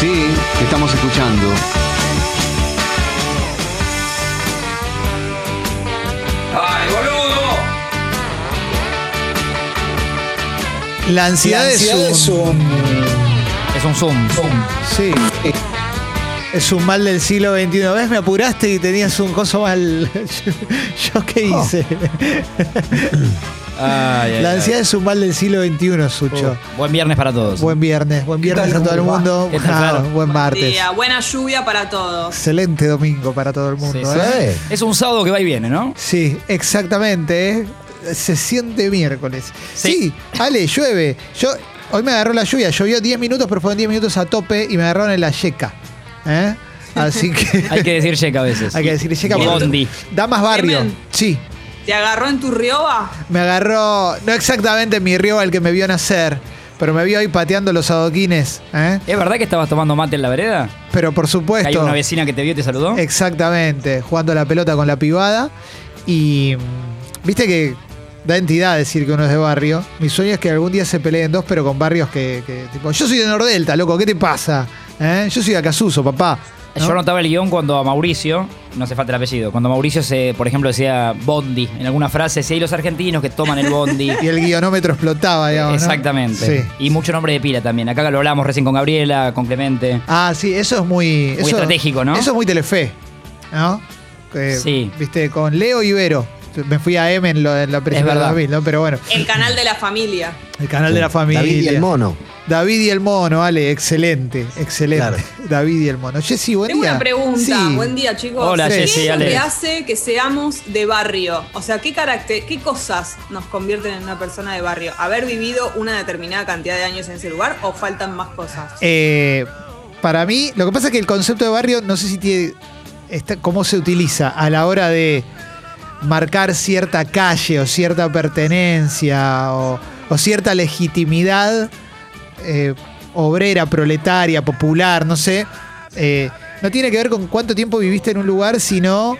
que estamos escuchando. ¡Ay, boludo! La ansiedad, La ansiedad es, es un, un. Es un zoom. Sí. Es un mal del siglo XXI. ¿Ves? Me apuraste y tenías un coso mal. ¿Yo qué Oh. hice? Ay, ay, La ay. Uh, ansiedad es un mal del siglo XXI, Sucho. Buen viernes para todos. Buen viernes. Buen viernes Oh. tal? a todo el ¿Cómo va? mundo. ¿Qué tal, Ah, Flor? buen martes. Día, buena lluvia para todos. Excelente domingo para todo el mundo. Sí, sí. ¿eh? ¿Sabes? Es un sábado que va y viene, ¿no? Sí, exactamente. ¿eh? Se siente miércoles. Sí. Sí. Ale, llueve. Yo, hoy me agarró la lluvia. Llovió 10 minutos, pero fueron 10 minutos a tope y me agarraron en la yeca. ¿eh? Así que Hay que decir checa a veces. hay que decir yeca. Y porque- Bondi. Damas Barrio. Tremendo. Sí. ¿Te agarró en tu rioba? Me agarró, no exactamente mi río el que me vio nacer, pero me vio ahí pateando los adoquines. ¿eh? ¿Es verdad que estabas tomando mate en la vereda? Pero por Que Hay supuesto. una vecina que te vio y te saludó. Exactamente, jugando a la pelota con la pibada. Y mm, viste que da entidad decir que uno es de barrio. Mi sueño es que algún día se peleen dos, pero con barrios que, que tipo, yo soy de Nordelta, loco, ¿qué te pasa? ¿Eh? Yo soy de Acasuso, papá. ¿no? Yo anotaba el guión cuando a Mauricio, no hace falta el apellido, cuando Mauricio, se, por ejemplo, decía Bondi en alguna frase, decía, y los argentinos que toman el Bondi. Y el guionómetro explotaba, digamos. ¿no? Exactamente. Sí. Y mucho nombre de pila también. Acá lo hablamos recién con Gabriela, con Clemente. Ah, sí, eso es muy. eso- estratégico, ¿no? Eso es muy Telefe, ¿no? Que, Sí. Viste, con Leo Ibero. Me fui a M en, lo- en la principal verdad. 2000, ¿no? Pero bueno, El canal de la familia. el canal de la familia. David y el mono. David y el mono, Ale, excelente, excelente. Claro. David y el mono. Jessy, buen Tengo día. una pregunta. Sí. Buen día, chicos. Hola, ¿Qué Jessy, es lo Ale. que hace que seamos de barrio? O sea, ¿qué, caracter ¿qué cosas nos convierten en una persona de barrio? ¿Haber vivido una determinada cantidad de años en ese lugar o faltan más cosas? Eh, para mí, lo que pasa es que el concepto de barrio, no sé si tiene. está- cómo se utiliza a la hora de marcar cierta calle o cierta pertenencia o, o cierta legitimidad eh, obrera, proletaria, popular, no sé. Eh, no tiene que ver con cuánto tiempo viviste en un lugar, sino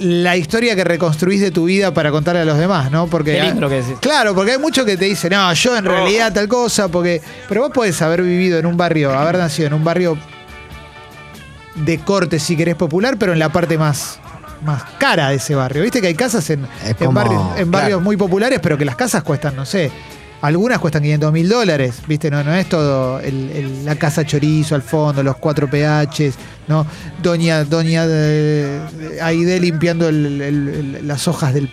la historia que reconstruís de tu vida para contarle a los demás, ¿no? Porque Qué lindo lo que decís. Claro, porque hay muchos que te dicen, no, yo en realidad tal cosa, porque. Pero vos podés haber vivido en un barrio, haber nacido en un barrio de corte, si querés, popular, pero en la parte más, más cara de ese barrio. Viste que hay casas en, Es en como- barrios, en claro. barrios muy populares, pero que las casas cuestan, no sé. Algunas cuestan 500 mil dólares, ¿viste? No, no es todo el- el- la casa chorizo al fondo, los cuatro PHs, ¿no? Doña, doña eh, Aide limpiando el- el- el- las hojas del,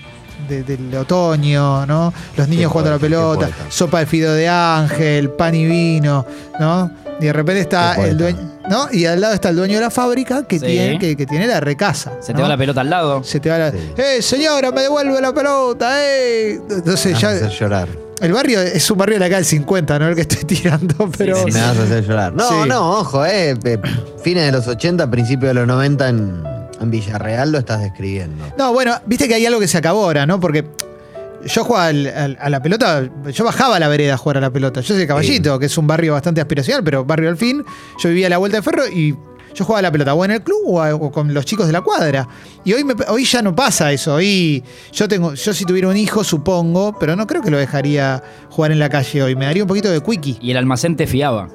de- del otoño, ¿no? Los niños Qué jugando a la poeta, qué pelota, poeta. sopa de fido de ángel, pan y vino, ¿no? Y de repente está Qué el poeta. dueño, ¿no? Y al lado está el dueño de la fábrica que, Sí. tiene, que, que tiene la recasa. Se te ¿no? va la pelota al lado. Se te va la- Sí. ¡Eh, señora, me devuelve la pelota! ¡Eh! Entonces Ah, Me vas a ya. hacer llorar. El barrio es un barrio de la calle 50, ¿no? El que estoy tirando, pero. sí, Me vas a hacer llorar. No, Sí. no, ojo, eh. eh, Fines de los 80, principios de los 90 en, en Villarreal lo estás describiendo. No, bueno, viste que hay algo que se acabó ahora, ¿no? Porque yo jugaba al- al- a la pelota, yo bajaba a la vereda a jugar a la pelota. Yo soy de Caballito, que es un barrio bastante aspiracional, pero barrio al fin. Yo vivía a la vuelta de ferro y yo jugaba a la pelota, o en el club o, a- o con los chicos de la cuadra. Y hoy, me- hoy ya no pasa eso. Hoy yo tengo, yo si tuviera un hijo, supongo, pero no creo que lo dejaría jugar en la calle hoy. Me daría un poquito de quickie. Y el almacén te fiaba.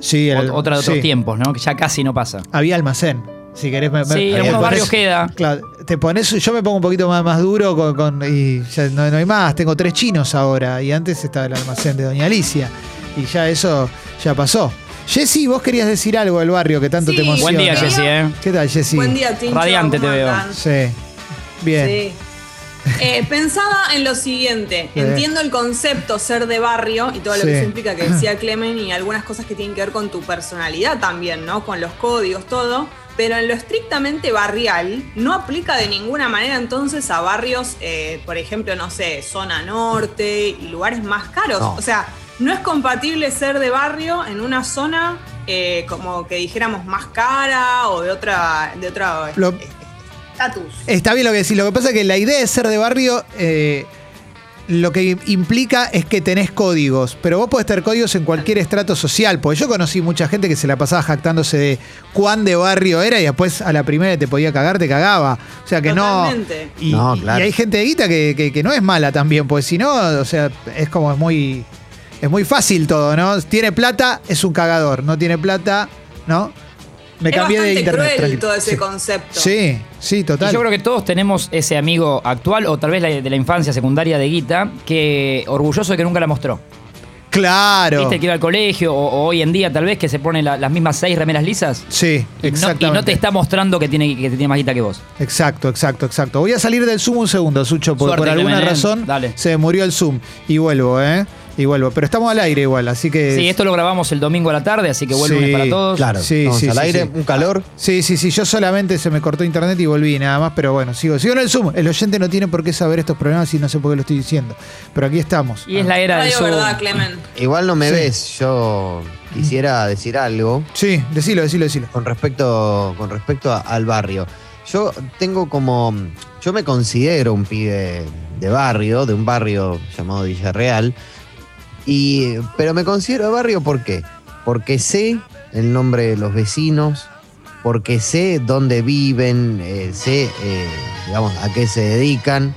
Sí, Ot- el- Otra de otros sí. tiempos, ¿no? Que ya casi no pasa. Había almacén. Si querés, me, me- Sí, en te algunos pones- barrios queda. Claro, te pones, yo me pongo un poquito más, más duro con, con- y ya no, no hay más. Tengo tres chinos ahora y antes estaba el almacén de Doña Alicia y ya eso ya pasó. Jessy, vos querías decir algo del barrio que tanto Sí, te emociona. Buen día, Sí. Jessy, ¿eh? ¿Qué tal, Jessy? Buen día, Tincho. Radiante ¿Cómo te veo. andan? Sí, bien. Sí. Eh, pensaba en lo siguiente, Sí. entiendo el concepto ser de barrio y todo lo Sí. que eso implica que decía Clemen y algunas cosas que tienen que ver con tu personalidad también, ¿no? Con los códigos, todo, pero en lo estrictamente barrial no aplica de ninguna manera entonces a barrios, eh, por ejemplo, no sé, zona norte y lugares más caros. No. O sea, no es compatible ser de barrio en una zona eh, como que dijéramos más cara o de otra, de otra Lo- estatus. Está bien lo que decís. Lo que pasa es que la idea de ser de barrio eh, lo que implica es que tenés códigos. Pero vos podés tener códigos en cualquier estrato social. Porque yo conocí mucha gente que se la pasaba jactándose de cuán de barrio era y después a la primera que te podía cagar, te cagaba. O sea que Totalmente. no. Y, No, y- claro. y hay gente de guita que, que- que no es mala también. Porque si no, o sea, es como muy. Es muy fácil todo, ¿no? Tiene plata, es un cagador. No tiene plata, ¿no? Me es cambié bastante de internet. cruel tranquilo. todo ese sí. concepto. Sí, sí, total. Y yo creo que todos tenemos ese amigo actual, o tal vez la- de la infancia secundaria de Guita, que orgulloso de que nunca la mostró. Claro. Viste que iba al colegio, o, o hoy en día tal vez que se pone la- las mismas seis remeras lisas. Sí, Y no, exactamente. y no te está mostrando que tiene, que tiene más guita que vos. Exacto, exacto, exacto. Voy a salir del Zoom un segundo, Sucho, porque Suerte, por alguna Clemente. razón Dale. se murió el Zoom. Y vuelvo, ¿eh? Y vuelvo. Pero estamos al aire igual, así que. Sí, esto lo grabamos el domingo a la tarde, así que buen Sí, lunes para todos. Claro, Sí, estamos sí, al sí, aire, sí. un calor. Sí, sí, sí. Yo solamente se me cortó internet y volví nada más, pero bueno, sigo. Sigo en el Zoom. El oyente no tiene por qué saber estos problemas y no sé por qué lo estoy diciendo. Pero aquí estamos. Y es la era del Radio Zoom. Ah, verdad, Clemen. Igual no me Sí. ves, yo quisiera decir algo Sí, decilo, decilo, decilo. con respecto, con respecto a- al barrio. Yo tengo como. Yo me considero un pibe de barrio, de un barrio llamado Villarreal. Y, pero me considero de barrio ¿por qué? Porque sé el nombre de los vecinos, porque sé dónde viven, eh, sé, eh, digamos, a qué se dedican.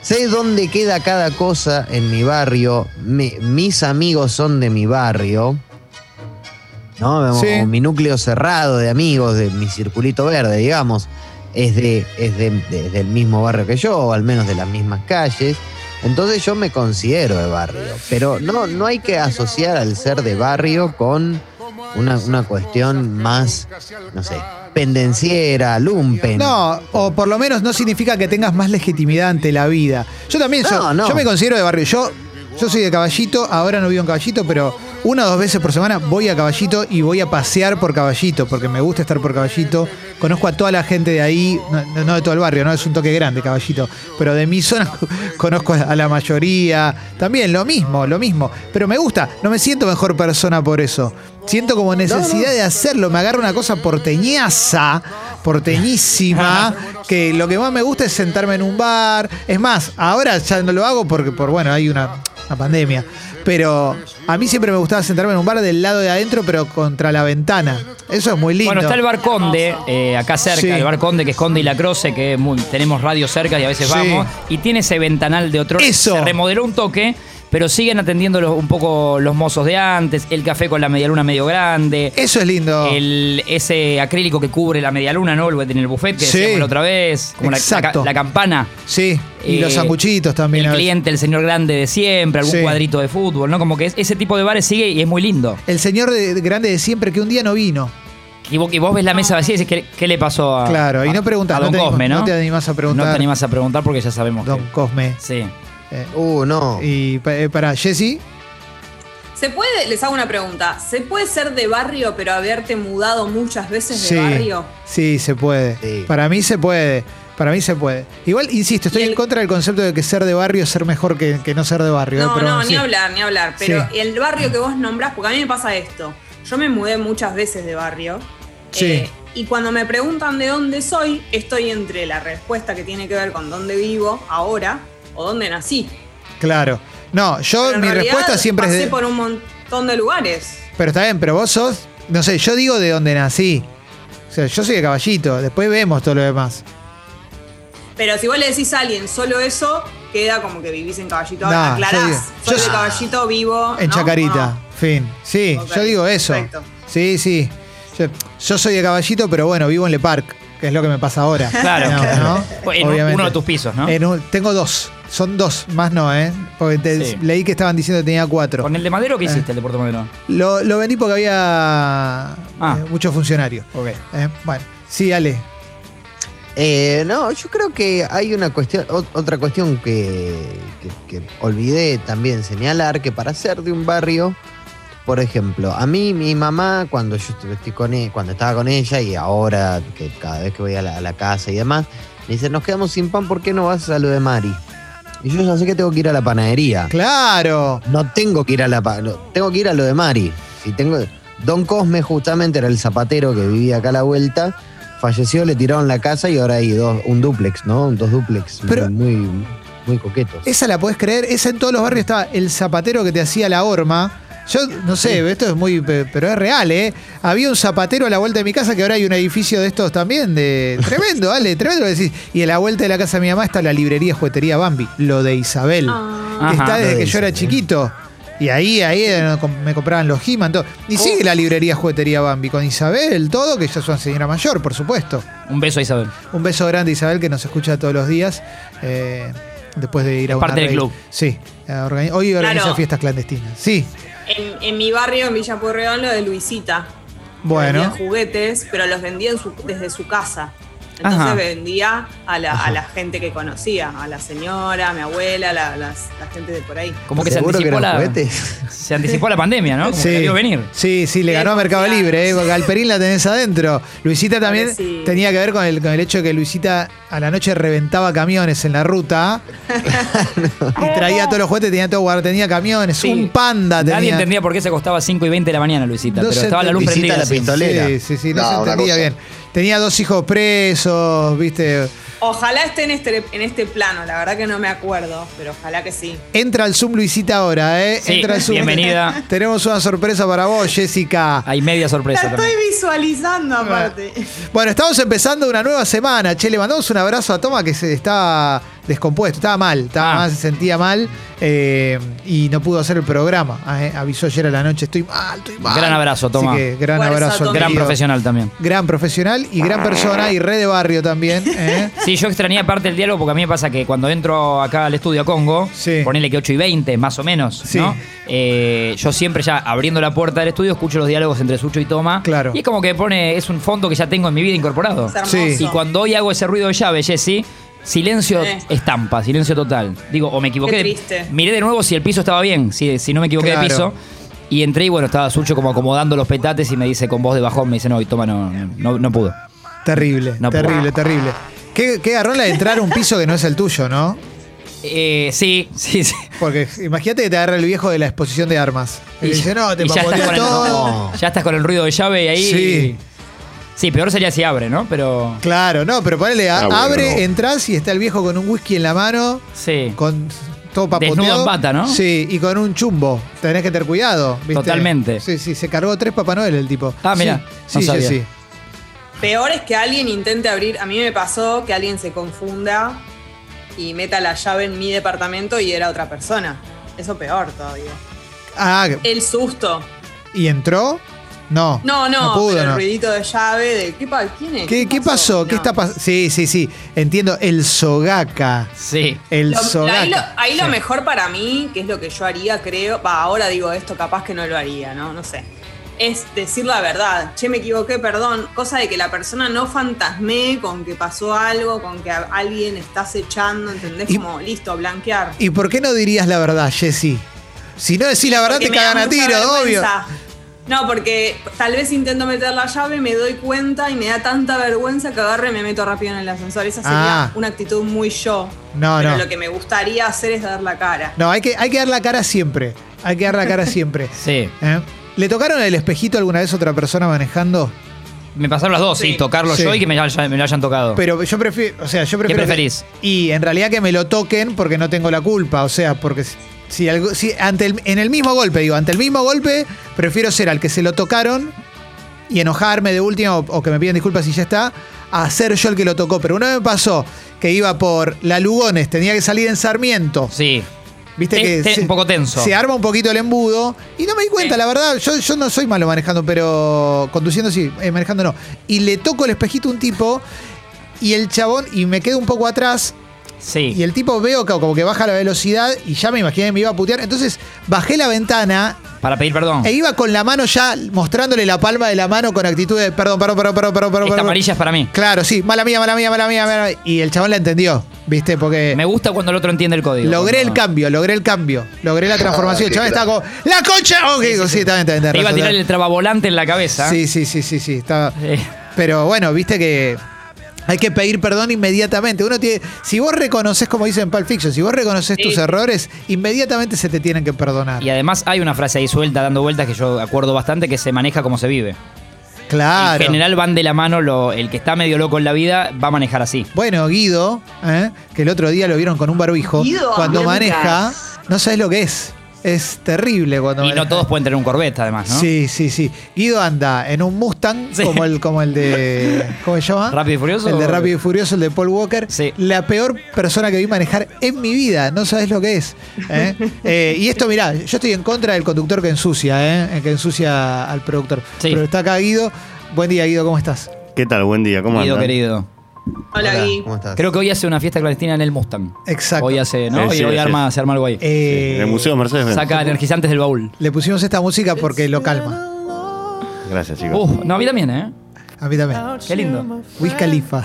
Sé dónde queda cada cosa en mi barrio. mi- mis amigos son de mi barrio. ¿No? O- Sí. o Mi núcleo cerrado de amigos, de mi circulito verde, digamos, es, de, es de- de- del mismo barrio que yo, o al menos de las mismas calles. Entonces yo me considero de barrio. Pero no, no hay que asociar al ser de barrio con una, una cuestión más, no sé, pendenciera, lumpen. No, o por lo menos no significa que tengas más legitimidad ante la vida. Yo también, yo- No, yo, no. me considero de barrio. Yo, yo soy de caballito, ahora no vivo en caballito, pero una o dos veces por semana voy a caballito y voy a pasear por caballito, porque me gusta estar por caballito. Conozco a toda la gente de ahí, no, no- no de todo el barrio, no es un toque grande caballito, pero de mi zona conozco a la mayoría. También lo mismo, lo mismo. Pero me gusta, no me siento mejor persona por eso. Siento como necesidad de hacerlo, me agarro una cosa porteñaza, porteñísima, que lo que más me gusta es sentarme en un bar. Es más, ahora ya no lo hago porque, por bueno, hay una, una pandemia. Pero a mí siempre me gustaba sentarme en un bar del lado de adentro, pero contra la ventana. Eso es muy lindo. Bueno, está el Bar Conde, eh, acá cerca, Sí. el Bar Conde, que es Conde y La Croce, que es muy- tenemos radio cerca y a veces Sí. vamos. Y tiene ese ventanal de otro. Eso. Se remodeló un toque, pero siguen atendiendo los- un poco los mozos de antes, el café con la medialuna medio grande. Eso es lindo. El, ese acrílico que cubre la medialuna, ¿no? El que tiene el buffet que Sí. decíamos la otra vez, como la, la ca- Exacto. la campana. sí, y Eh, los sanguchitos también. El a veces. cliente, el señor grande de siempre, algún Sí. cuadrito de fútbol, ¿no? Como que es- ese tipo de bares sigue y es muy lindo. El señor de- de grande de siempre que un día no vino. Y vos, y vos ves la mesa vacía y dices, ¿qué, qué le pasó a, Claro, y a- no preguntás, a no Don te Cosme, animo- no? no te animás a preguntar. No te animás a preguntar porque ya sabemos Don que- Cosme. Sí. Eh, Uh, Oh. no. y pa- eh, para Jessy, ¿Se puede, les hago una pregunta, ¿se puede ser de barrio pero haberte mudado muchas veces de sí, barrio? sí, se puede. Sí. Para mí se puede. Para mí se puede. Igual, insisto, estoy Y el- en contra del concepto de que ser de barrio es ser mejor que, que no ser de barrio. eh, No, pero no, sí. ni hablar, ni hablar. Pero Sí. el barrio que vos nombrás, porque a mí me pasa esto. Yo me mudé muchas veces de barrio. Eh, Sí. y cuando me preguntan de dónde soy, estoy entre la respuesta que tiene que ver con dónde vivo ahora o dónde nací. Claro. No, yo, Pero en mi realidad respuesta siempre es. pasé de- por un montón de lugares. Pero está bien, pero vos sos. No sé, yo digo de dónde nací. O sea, yo soy de caballito. Después vemos todo lo demás. Pero si vos le decís a alguien solo eso, queda como que vivís en Caballito. Nah, yo digo- aclarás. yo Soy de soy- Caballito, vivo. En ¿no? Chacarita, Ah, fin. Sí, Ok, yo digo eso. perfecto. Sí, sí. Yo, yo soy de caballito, pero bueno, vivo en Le Parc, que es lo que me pasa ahora. Claro. No, En un- Obviamente. uno de tus pisos, ¿no? En un- tengo dos. Son dos, más no, ¿eh? Porque te- Sí. leí que estaban diciendo que tenía cuatro. ¿Con el de Madero qué hiciste, el de Puerto Madero? Lo, lo vendí porque había eh, muchos funcionarios. Ok. Eh, bueno, sí, Ale. Eh, no, yo creo que hay una cuestión, ot- otra cuestión que, que- que olvidé también señalar, que para ser de un barrio, por ejemplo, a mí mi mamá, cuando yo estu- estoy con e- cuando estaba con ella y ahora que cada vez que voy a la, a la casa y demás, me dice, nos quedamos sin pan, ¿por qué no vas a lo de Mari? Y yo ya sé que tengo que ir a la panadería. Claro. No tengo que ir a la pa- no, tengo que ir a lo de Mari. Si tengo Don Cosme justamente era el zapatero que vivía acá a la vuelta. Falleció, le tiraron la casa y ahora hay dos, un duplex, ¿no? Dos duplex Pero- muy, muy coquetos. Esa la podés creer, esa en todos los barrios estaba el zapatero que te hacía la horma. Yo no sé, esto es muy. pe- Pero es real, ¿eh? Había un zapatero a la vuelta de mi casa que ahora hay un edificio de estos también. de Tremendo, Ale, tremendo lo que decís. Y a la vuelta de la casa de mi mamá está la librería Juguetería Bambi, lo de Isabel. Ah. Que Ajá, está lo desde de que yo era Isabel. chiquito. Y ahí, ahí era donde com- me compraban los He-Man. todo. Y sigue la librería Juguetería Bambi con Isabel, todo, que ya es una señora mayor, por supuesto. Un beso a Isabel. Un beso grande, Isabel, que nos escucha todos los días. eh, después de ir Es a una parte del rave. club. Sí. eh, organi- Hoy organiza Claro. fiestas clandestinas. Sí. En, en mi barrio, en Villa Pueyrredón, lo de Luisita. Vendía Bueno. juguetes, pero los vendía en su- desde su casa. Entonces Ajá. vendía a la, a la gente que conocía, a la señora, a mi abuela, la, las- la gente de por ahí. Como que se ¿Seguro que anticipó, eran la, juguetes? se anticipó la pandemia, ¿no? Como que la vio venir. sí, sí, le ganó a Mercado Claro. Libre, ¿eh? Galperín la tenés adentro. Luisita también Pobrecita. tenía que ver con el, con el hecho de que Luisita a la noche reventaba camiones en la ruta y traía todos los juguetes, tenía todo guardado, tenía camiones, Sí. un panda tenía. Nadie entendía por qué se acostaba 5 y 20 de la mañana, Luisita, Dos pero estaba la luz Luisita prendida. la sí. pistola. pistolera. Sí, sí, sí, no, No, se una entendía cosa. bien. Tenía dos hijos presos, viste. Ojalá esté en este, en este plano, la verdad que no me acuerdo, pero ojalá que sí. Entra al Zoom Luisita ahora, ¿eh? Sí, Entra al Zoom. bienvenida. Tenemos una sorpresa para vos, Jessica. Hay media sorpresa La también. estoy visualizando Ah. aparte. Bueno, estamos empezando una nueva semana, che, le mandamos un abrazo a Toma que se estaba descompuesto, estaba mal, estaba Ah. mal, se sentía mal eh, y no pudo hacer el programa. Ah, eh, avisó ayer a la noche, estoy mal, estoy mal. Gran abrazo, Toma. Así que gran Fuerza, abrazo, Toma. Gran querido. profesional también. Gran profesional y gran persona y red de barrio también. ¿eh? Sí, yo extrañé parte del diálogo porque a mí me pasa que cuando entro acá al estudio a Congo, Sí. ponele que 8 y 20, más o menos, Sí. ¿no? Eh, yo siempre ya abriendo la puerta del estudio escucho los diálogos entre Sucho y Toma. Claro. Y es como que pone, es un fondo que ya tengo en mi vida incorporado. Es hermoso. Sí. Y cuando hoy hago ese ruido de llave, Jessy, silencio Sí. estampa, silencio total. Digo, o me equivoqué. Qué de- triste. miré de nuevo si el piso estaba bien, si, si no me equivoqué de Claro. piso. Y entré y bueno, estaba Sucho como acomodando los petates y me dice con voz de bajón, me dice, no, y toma, no, no, no pudo. Terrible, No puedo. terrible, terrible. Qué, qué garrón la de entrar a un piso que no es el tuyo, ¿no? Eh, sí, sí, sí. Porque imagínate que te agarra el viejo de la exposición de armas. Y, Y le dice, ya- no, te y ya estás, papotea con el, todo. todo. ya estás con el ruido de llave y ahí. Sí. Sí, peor sería si abre, ¿no? Pero. Claro, no, pero ponele, a- Ah, bueno, abre, no. entras y está el viejo con un whisky en la mano, Sí. con todo papoteado. Desnudo en bata, ¿no? Sí, y con un chumbo. Tenés que tener cuidado, ¿viste? Totalmente. Sí, sí, se cargó tres Papá Noel el tipo. Ah, mirá, Sí, no sí, sabía. sí. Peor es que alguien intente abrir. A mí me pasó que alguien se confunda y meta la llave en mi departamento y era otra persona. Eso peor todavía. Ah, El susto. ¿y entró? No. No, no, No pudo, pero el no. ruidito de llave de ¿qué pa- ¿Quién es? ¿Qué, ¿Qué pasó? ¿Qué No. está pasando? Sí, sí, sí. Entiendo. El sogaca. Sí. El Lo- sogaca. ahí lo, ahí lo Sí. mejor para mí, que es lo que yo haría, creo, va, ahora digo esto, capaz que no lo haría, ¿no? No sé. Es decir la verdad. Che, me equivoqué, perdón. Cosa de que la persona no fantasmee con que pasó algo, con que a alguien está acechando, ¿entendés? Y- Como, listo, blanquear. ¿Y por qué no dirías la verdad, Jessy? Si no decís la verdad, Porque te me da cagan a mucha tiro, obvio. vergüenza. No, porque tal vez intento meter la llave, me doy cuenta y me da tanta vergüenza que agarre y me meto rápido en el ascensor. Esa sería Ah. una actitud muy yo. No, pero no. lo que me gustaría hacer es dar la cara. No, hay que, hay que dar la cara siempre. Hay que dar la cara siempre. Sí. ¿Eh? ¿Le tocaron el espejito alguna vez a otra persona manejando? Me pasaron las dos, sí, Sí. tocarlo Sí. yo y que me, haya- me lo hayan tocado. Pero yo prefiero, o sea, yo prefiero. que- preferís? y en realidad que me lo toquen porque no tengo la culpa, o sea, porque si- si algo, si ante el- en el mismo golpe digo, ante el mismo golpe prefiero ser al que se lo tocaron y enojarme de última o, o que me piden disculpas y ya está, a ser yo el que lo tocó. Pero una vez me pasó que iba por la Lugones, tenía que salir en Sarmiento. sí. Viste Te- que te- un poco tenso. Se arma un poquito el embudo. Y no me di cuenta, Sí. la verdad, yo, yo no soy malo manejando, pero conduciendo sí, eh, manejando no. Y le toco el espejito a un tipo y el chabón, y me quedo un poco atrás. Sí. Y el tipo veo que como que baja la velocidad y ya me imaginé que me iba a putear. Entonces bajé la ventana Para pedir perdón. e iba con la mano ya mostrándole la palma de la mano con actitud de perdón, perdón, perdón, perdón, perdón, perdón. Esta perdón". amarilla es para mí. Claro, sí, mala mía, mala mía, mala mía, mala mía. Y el chabón la entendió, ¿viste? Porque. Me gusta cuando el otro entiende el código. Logré el Cuando- cambio, logré el cambio, logré la transformación. Ah, Chaval sí, está como, ¡La concha! Ok, sí, también, también, Te tenés iba a razón, tirar el trabavolante en la cabeza. Sí, sí, sí, sí, sí. Está... Eh, Pero bueno, viste que hay que pedir perdón inmediatamente. Uno tiene. Si vos reconoces, como dicen en Pulp Fiction, si vos reconoces tus Sí. errores, inmediatamente se te tienen que perdonar. Y además hay una frase ahí suelta dando vueltas que yo acuerdo bastante que se maneja como se vive. Claro. En general van de la mano lo, el que está medio loco en la vida va a manejar así. Bueno, Guido, ¿eh? que el otro día lo vieron con un barbijo, Guido, cuando amigas. maneja, no sabes lo que es. Es terrible cuando. Y no maneja. todos pueden tener un Corvette, además, ¿no? Sí, sí, sí. Guido anda en un Mustang Sí. como el como el de ¿cómo se llama? ¿Rápido y Furioso? El de Rápido y Furioso, el de Paul Walker. Sí. La peor persona que vi manejar en mi vida. No sabes lo que es. ¿eh? Eh, y esto, mirá, yo estoy en contra del conductor que ensucia, ¿eh? El Que ensucia al productor. Sí. Pero está acá Guido. Buen día, Guido, ¿cómo estás? ¿Qué tal? Buen día, ¿cómo Guido, andan? querido. Hola, Gui. ¿Cómo estás? Creo que hoy hace una fiesta clandestina en el Mustang. Exacto. Hoy hace, ¿no? Sí, Hoy- sí, hoy sí. arma, se arma algo ahí. Eh, En el Museo Mercedes Benz. Saca energizantes del baúl. Le pusimos esta música porque lo calma. Gracias, chicos. Uf, no, a mí también, ¿eh? A mí también. Qué lindo. Wiz Khalifa.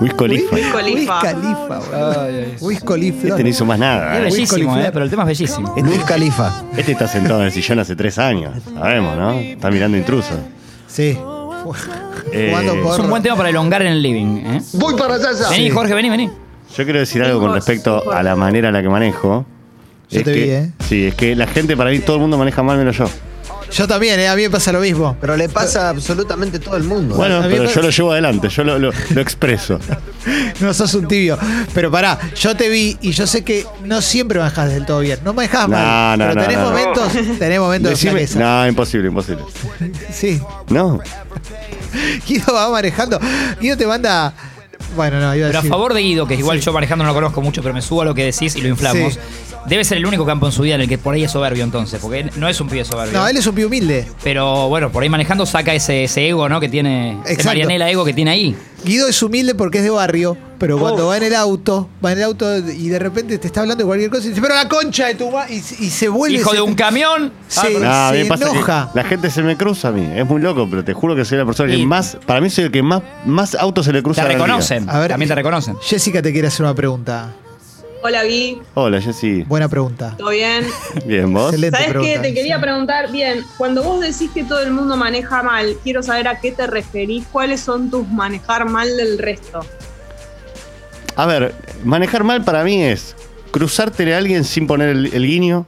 Wiz Khalifa. Ah. Wiz Khalifa. Wiz Khalifa, boludo. Wiz Khalifa. Este no hizo más nada. Es ¿eh? Wiz bellísimo, Khalifa. ¿eh? Pero el tema es bellísimo. Wiz Khalifa. Este está sentado en el sillón hace tres años. Sabemos, ¿no? Está mirando intrusos. Sí. Eh, Jugando Es por- un buen tema para elongar en el living, ¿eh? Voy para allá ya. Vení, Jorge, vení, vení. Yo quiero decir algo con respecto a la manera en la que manejo. Yo te que, vi, ¿eh? Sí, es que la gente, para mí, todo el mundo maneja mal menos yo. Yo también, ¿eh? a mí me pasa lo mismo. Pero le pasa a absolutamente todo el mundo. Bueno, a mí pero me- yo lo llevo adelante, yo lo, lo- lo expreso. No sos un tibio. Pero pará, yo te vi y yo sé que no siempre manejás del todo bien. No manejás No, mal. no, pero no, tenés no. momentos, tenés momentos Decime- de flaqueza. no, imposible, imposible. Sí. No, Guido va manejando. Guido te manda. Bueno, no, iba a Pero a decir. favor de Guido, que igual yo manejando no lo conozco mucho, pero me subo a lo que decís y lo inflamos. Sí. Debe ser el único campo en su vida en el que por ahí es soberbio entonces, porque él no es un pibe soberbio. No, él es un pibe humilde. Pero bueno, por ahí manejando saca ese, ese ego, ¿no? Que tiene. Ese Exacto. Marianela ego que tiene ahí. Guido es humilde porque es de barrio, pero cuando va en el auto, va en el auto y de repente te está hablando de cualquier cosa y dice, pero la concha de tu ma-", y, y se vuelve. Hijo se- de un camión. Sí. Ah, pero- no, se bien pasa que enoja. la gente se me cruza a mí. Es muy loco, pero te juro que soy la persona que Y- más. Para mí soy el que más, más autos se le te cruza al día. reconocen. A ver. eh, También te reconocen. Jessica te quiere hacer una pregunta. Hola, Gui. Hola, Jessy. Buena pregunta. ¿Todo bien? Bien, vos. Excelente ¿Sabes qué? pregunta. Te quería Sí. preguntar, bien, cuando vos decís que todo el mundo maneja mal, quiero saber a qué te referís, cuáles son tus manejar mal del resto. A ver, manejar mal para mí es cruzártele a alguien sin poner el, el guiño,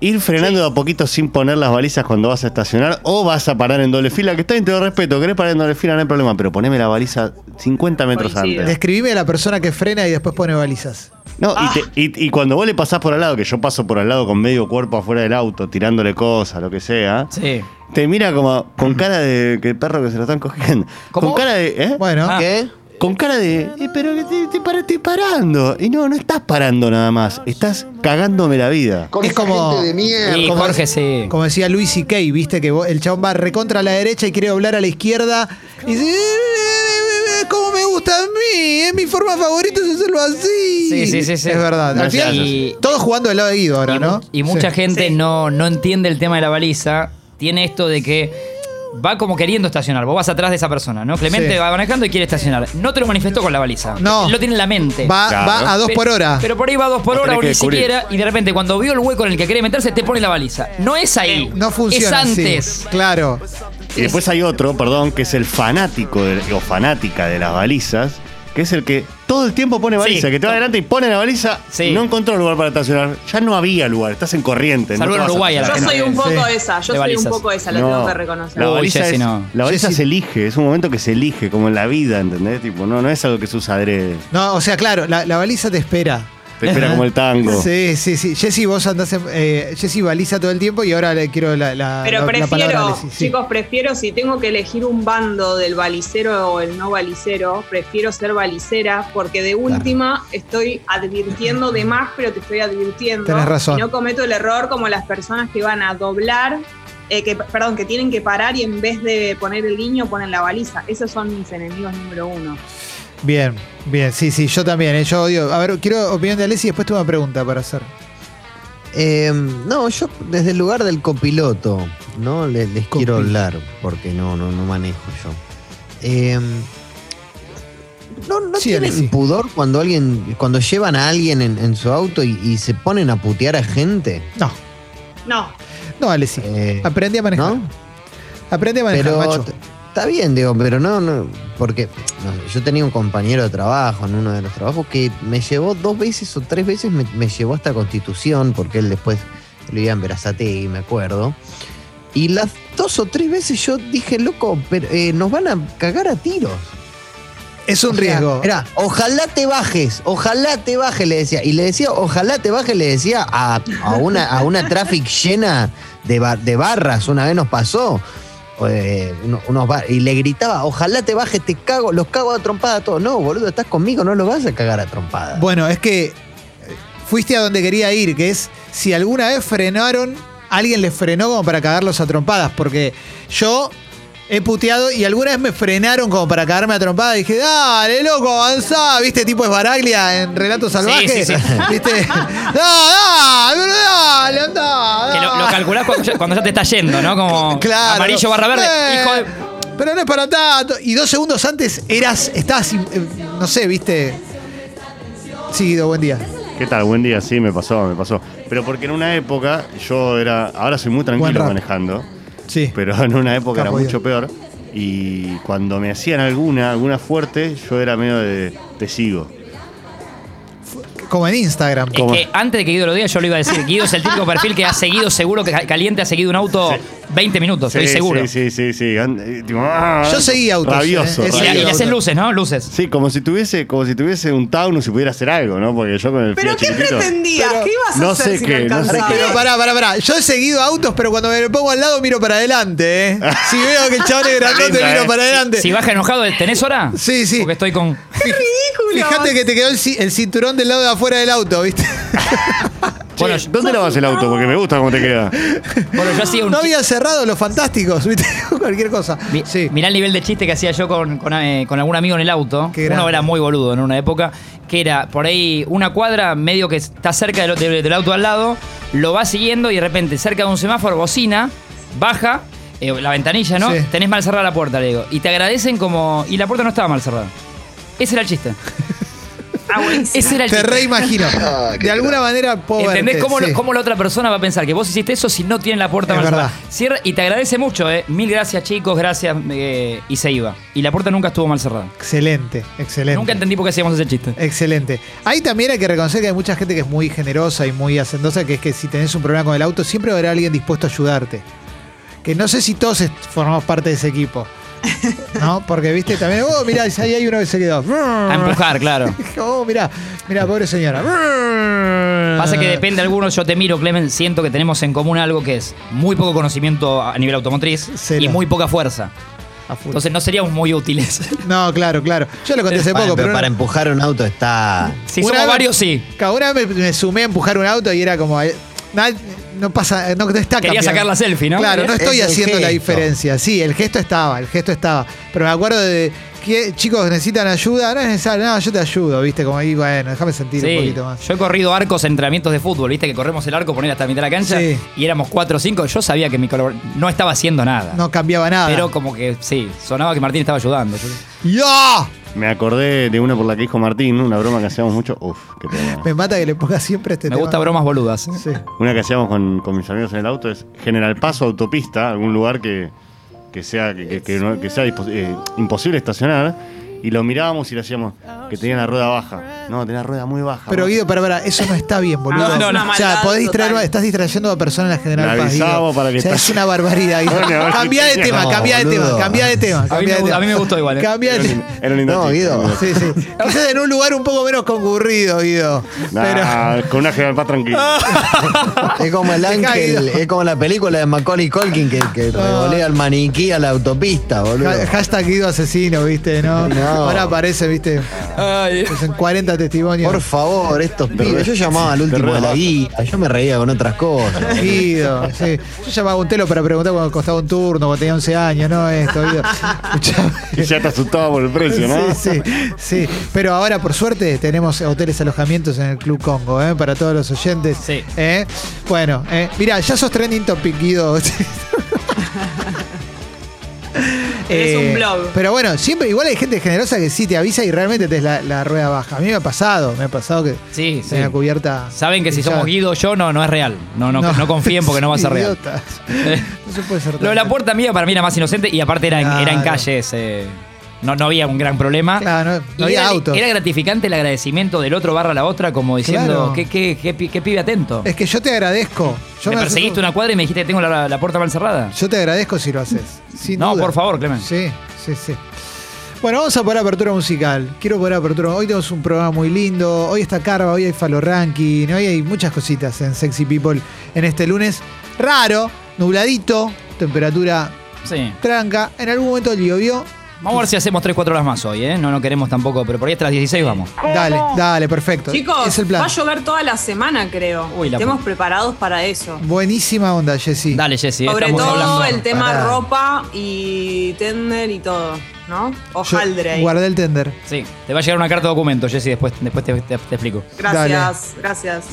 ir frenando de a poquito sin poner las balizas cuando vas a estacionar o vas a parar en doble fila, que está bien, te lo respeto, querés parar en doble fila, no hay problema, pero poneme la baliza 50 metros Coincido. antes. Describime a la persona que frena y después pone balizas. No, Ah. y, te- y- y cuando vos le pasás por al lado, que yo paso por al lado con medio cuerpo afuera del auto, tirándole cosas, lo que sea, Sí. te mira como con cara de que perro que se lo están cogiendo. ¿Cómo? Con cara de. ¿eh? Bueno, Ah. ¿Qué? Con cara de, "Eh, pero que te, te para- estoy parando. Y no, no estás parando nada más. Estás cagándome la vida. Con Es esa como- gente de mierda. Y Eh, como- Jorge sí. como decía Luis y Kay, viste que vos- el chabón va recontra a la derecha y quiere doblar a la izquierda. Y dice, "Eh, ¿cómo me gusta a mí? Es mi forma favorita es hacerlo así. Sí, sí, sí, sí. Es verdad. Al Gracias. final, Y- todos jugando del lado de Guido ahora, y, ¿no? mu- y mucha Sí. gente no, no entiende el tema de la baliza. Tiene esto de que va como queriendo estacionar. Vos vas atrás de esa persona, ¿no? Clemente Sí. va manejando y quiere estacionar. No te lo manifestó con la baliza. No. Lo tiene en la mente. Va, Claro. va a dos Pe- por hora. Pero por ahí va a dos por Lo hora tenés o que ni descubrir. siquiera. Y de repente, cuando vio el hueco en el que quiere meterse, te pone la baliza. No es ahí. no funciona. Es así. antes. Claro. Y después hay otro, perdón, que es el fanático de- o fanática de las balizas, que es el que todo el tiempo pone baliza, Sí. que te va adelante y pone la baliza. Sí. No encontró lugar para estacionar. Ya no había lugar, estás en corriente. Salvo no te en vas a Uruguay, a la Yo gente. estacionar. soy un poco Sí. esa, yo De soy balizas. un poco esa, la No, tengo que reconocer. La Uy, baliza, Jessy, es- no. la baliza Jessy- se elige, es un momento que se elige, como en la vida, ¿entendés? Tipo, no, no es algo que se usa adrede. No, o sea, claro, la, la baliza te espera. Te espera como el tango. Sí, sí, sí. Jessy, vos andás. en- Eh, Jessy baliza todo el tiempo y ahora le quiero la, la, Pero la- la palabra a prefiero, Alexis, sí. chicos, prefiero si tengo que elegir un bando del balicero o el no balicero, prefiero ser balicera porque de última estoy advirtiendo de más, pero te estoy advirtiendo. Tenés razón. Y no cometo el error como las personas que van a doblar, eh, que, perdón, que tienen que parar y en vez de poner el niño ponen la baliza. Esos son mis enemigos número uno. Bien, bien, sí, sí, yo también, eh, yo odio. A ver, quiero opinión de Alessi y después tengo una pregunta para hacer. Eh, no, yo desde el lugar del copiloto, ¿no? Le- Les, quiero Copiloto. hablar, porque no, no, no manejo yo. Eh, no no Sí, tienen Alexi. pudor cuando alguien, cuando llevan a alguien en, en su auto y, y se ponen a putear a gente. No, No, no, Alessi. Eh, Aprendí a manejar. ¿No? Aprendí a manejar, Pero macho. t- está bien, digo, pero no, no, porque no, yo tenía un compañero de trabajo en uno de los trabajos que me llevó dos veces o tres veces, me, me llevó hasta Constitución, porque él después vivía en Verazategui, me acuerdo. Y las dos o tres veces yo dije, loco, pero, eh, nos van a cagar a tiros. Es un riesgo. Era, ojalá te bajes, ojalá te bajes, le decía. Y le decía, ojalá te bajes, le decía a, a una, a una traffic llena de, ba- de barras. Una vez nos pasó. eh, uno- unos bar- y le gritaba, ojalá te bajes, te cago, los cago a trompada a todos. No, boludo, estás conmigo, no los vas a cagar a trompada. Bueno, es que eh, fuiste a donde quería ir, que es si alguna vez frenaron, alguien les frenó como para cagarlos a trompadas, porque yo he puteado y alguna vez me frenaron como para cagarme a trompadas. Dije, dale, loco, avanzá, ¿viste? Tipo es Baraglia en Relatos Salvajes. sí, sí. ¿Viste? ¡Da, da! ¡Dale, andá! Que lo, lo da". calculás cuando ya, cuando ya te está yendo, ¿no? Como Ah. Claro. amarillo barra verde. Eh, Hijo de- Pero no es para tanto. Y dos segundos antes eras, estabas, eh, no sé, viste. Sí, Guido, buen día. ¿Qué tal? Buen día, sí, me pasó, me pasó. Pero porque en una época yo era. Ahora soy muy Buen tranquilo rap. manejando, Sí. pero en una época Capo, era mucho peor. Y cuando me hacían alguna, alguna fuerte, yo era medio de. Te sigo. Como en Instagram. Es que antes de que Guido lo diga, yo lo iba a decir. Guido es el típico perfil que ha seguido seguro, que caliente ha seguido un auto 20 minutos, estoy Sí, seguro. Sí, sí, sí. sí. And- eh, tipo, ¡ah! Yo seguí autos, Rabioso. eh, es Y, le- y rabioso. le haces auto. luces, ¿no? Luces. Sí, como si tuviese, como si tuviese un Taunus y pudiera hacer algo, ¿no? Porque yo con el ¿Pero Fiat qué chiquitito- pretendías? Pero ¿Qué ibas a no hacer sé si qué, me no sé alcanzabas? qué. Pero pará, pará, pará. Yo he seguido autos, pero cuando me lo pongo al lado miro para adelante, ¿eh? Si veo que el chabón es grandote, Linda, miro eh. para adelante. Si baja enojado, ¿tenés hora? Sí, sí. Porque estoy con. ridículo! Fíjate que te quedó el, ci- el cinturón del lado de afuera del auto, ¿viste? Che, ¿Dónde lavas el auto? Porque me gusta cómo te queda. Bueno, yo hacía un. No chi- había cerrado los fantásticos, ¿viste? Cualquier cosa. Mi- Sí. Mirá el nivel de chiste que hacía yo con, con, eh, con algún amigo en el auto. Qué Uno grande. era muy boludo en una época, que era por ahí una cuadra, medio que está cerca del, del- del auto al lado, lo va siguiendo y de repente cerca de un semáforo bocina, baja, eh, la ventanilla, ¿no? Sí. Tenés mal cerrada la puerta, le digo. Y te agradecen como... Y la puerta no estaba mal cerrada. Ese era el chiste. Ah, buenísimo. Ese era el Te chiste. reimagino. Ah, De alguna manera, pobre. ¿Entendés cómo, cómo la otra persona va a pensar que vos hiciste eso si no tiene la puerta Es mal cerrada? verdad. Cierra y te agradece mucho, ¿eh? Mil gracias, chicos, gracias. eh, y se iba. Y la puerta nunca estuvo mal cerrada. Excelente, excelente. Nunca entendí por qué hacíamos ese chiste. Excelente. Ahí también hay que reconocer que hay mucha gente que es muy generosa y muy hacendosa, que es que si tenés un problema con el auto, siempre habrá alguien dispuesto a ayudarte. Que no sé si todos est- formamos parte de ese equipo. ¿No? Porque, viste, también, oh, mirá, ahí hay uno que se quedó. A empujar, claro. Oh, mirá, mirá, pobre señora. Pasa que depende de algunos, yo te miro, Clemen, siento que tenemos en común algo que es muy poco conocimiento a nivel automotriz Cero. y muy poca fuerza. A full. Entonces no seríamos muy útiles. No, claro, claro. Yo lo conté hace Bueno, poco, pero pero. para una- empujar un auto está. Si una somos vez- varios, sí. Cada una vez me, me sumé a empujar un auto y era como. eh, na- no pasa, no está Quería cambiando. sacar la selfie, ¿no? Claro, no Quería- estoy Es el haciendo la gesto. diferencia. Sí, el gesto estaba, el gesto estaba. Pero me acuerdo de que chicos necesitan ayuda, no es necesario, no, yo te ayudo, viste, como ahí, bueno, déjame sentir un Sí. poquito más. Yo he corrido arcos en entrenamientos de fútbol, viste que corremos el arco, poner hasta la mitad de la cancha Sí. y éramos cuatro o cinco. Yo sabía que mi colabor- no estaba haciendo nada. No cambiaba nada. Pero como que sí, sonaba que Martín estaba ayudando. Yo- ¡Ya! Me acordé de una por la que dijo Martín, una broma que hacíamos mucho. Uf, qué pena. Me mata que le ponga siempre este Me tema. gusta bromas boludas. Sí. Una que hacíamos con, con mis amigos en el auto es General Paso Autopista, algún lugar que, que sea, que, que- que no- que sea dispo- eh, imposible estacionar. Y lo mirábamos y le hacíamos que tenía la rueda baja. No, tenía la rueda muy baja. Pero Guido, para, para, eso no está bien, boludo. No, no, no. O sea, Maldad podés distraer, total. estás distrayendo a personas en la general. Le Paz, Guido. avisamos para que O sea, es estás- una barbaridad, Guido. Bueno, a ver si Cambiá de tenía- tema, No, cambiá de tema, boludo. cambiá de tema. A mí, cambiá me, de gu- tema. a mí me gustó igual. ¿eh? Cambiá Era de un- tema. era un No, intento. Guido. Sí, sí. Quizás en un lugar un poco menos concurrido, Guido. Nah, Pero. Con una General Paz tranquila. Es como el Te Ah. ángel, caído. es como la película de Macaulay Culkin que, que revolea al maniquí a la autopista, boludo. Ha- Hashtag Guido asesino, viste, ¿no? No. Ahora aparece, viste, Ay. en 40 testimonios. Por favor, estos pibes. Yo llamaba al último de la guía, yo me reía con otras cosas. Guido, sí. Yo llamaba a un telo para preguntar cuando costaba un turno, cuando tenía 11 años, ¿no? Esto, Guido. Escuchame. Y ya te asustaba por el precio, ¿no? Sí, sí, sí. Pero ahora, por suerte, tenemos hoteles alojamientos en el Club Congo, ¿eh? Para todos los oyentes. Sí. ¿eh? Bueno, ¿eh? mira, ya sos trending topic, Guido. Eres un blog. Eh, Pero bueno, siempre igual hay gente generosa que sí te avisa y realmente te es la, la rueda baja. A mí me ha pasado, me ha pasado que Sí, sí. tenía cubierta. Saben que si Ya. somos Guido o yo, no, no es real. No, no, no. confíen porque no va a ser real. Idiotas. Eh, No se puede ser Lo de la tan- puerta mía para mí era más inocente y aparte era en, era en Claro. calles. eh, no, no había un gran problema. Claro, no, no Y había era, autos. era gratificante el agradecimiento del otro barra a la otra, como Claro. diciendo, qué, qué- qué pi- qué pibe atento. Es que yo te agradezco. Yo me me- perseguiste una cuadra y me dijiste que tengo la, la puerta mal cerrada. Yo te agradezco si lo haces. sin No, duda. por favor, Clemen. Sí, sí, sí. Bueno, vamos a poner apertura musical. Quiero poner apertura. Hoy tenemos un programa muy lindo. Hoy está Carva, hoy hay Falo Ranking, hoy hay muchas cositas en Sexy People en este lunes. Raro, nubladito, temperatura Sí. tranca. En algún momento llovió. Vamos a ver si hacemos 3-4 horas más hoy, ¿eh? No, no queremos tampoco, pero por ahí hasta las 16 vamos. Dale, dale, perfecto. Chicos, es el plan. va a llover toda la semana, creo. Uy, la Estemos puta. preparados para eso. Buenísima onda, Jessy. Dale, Jessy, ¿eh? Sobre estamos todo hablando. el tema Pará. ropa y tender y todo, ¿no? Yo Hojaldre ahí. Guardé el tender. Sí, te va a llegar una carta de documento, Jessy, después, después te- te- te explico. Gracias, gracias.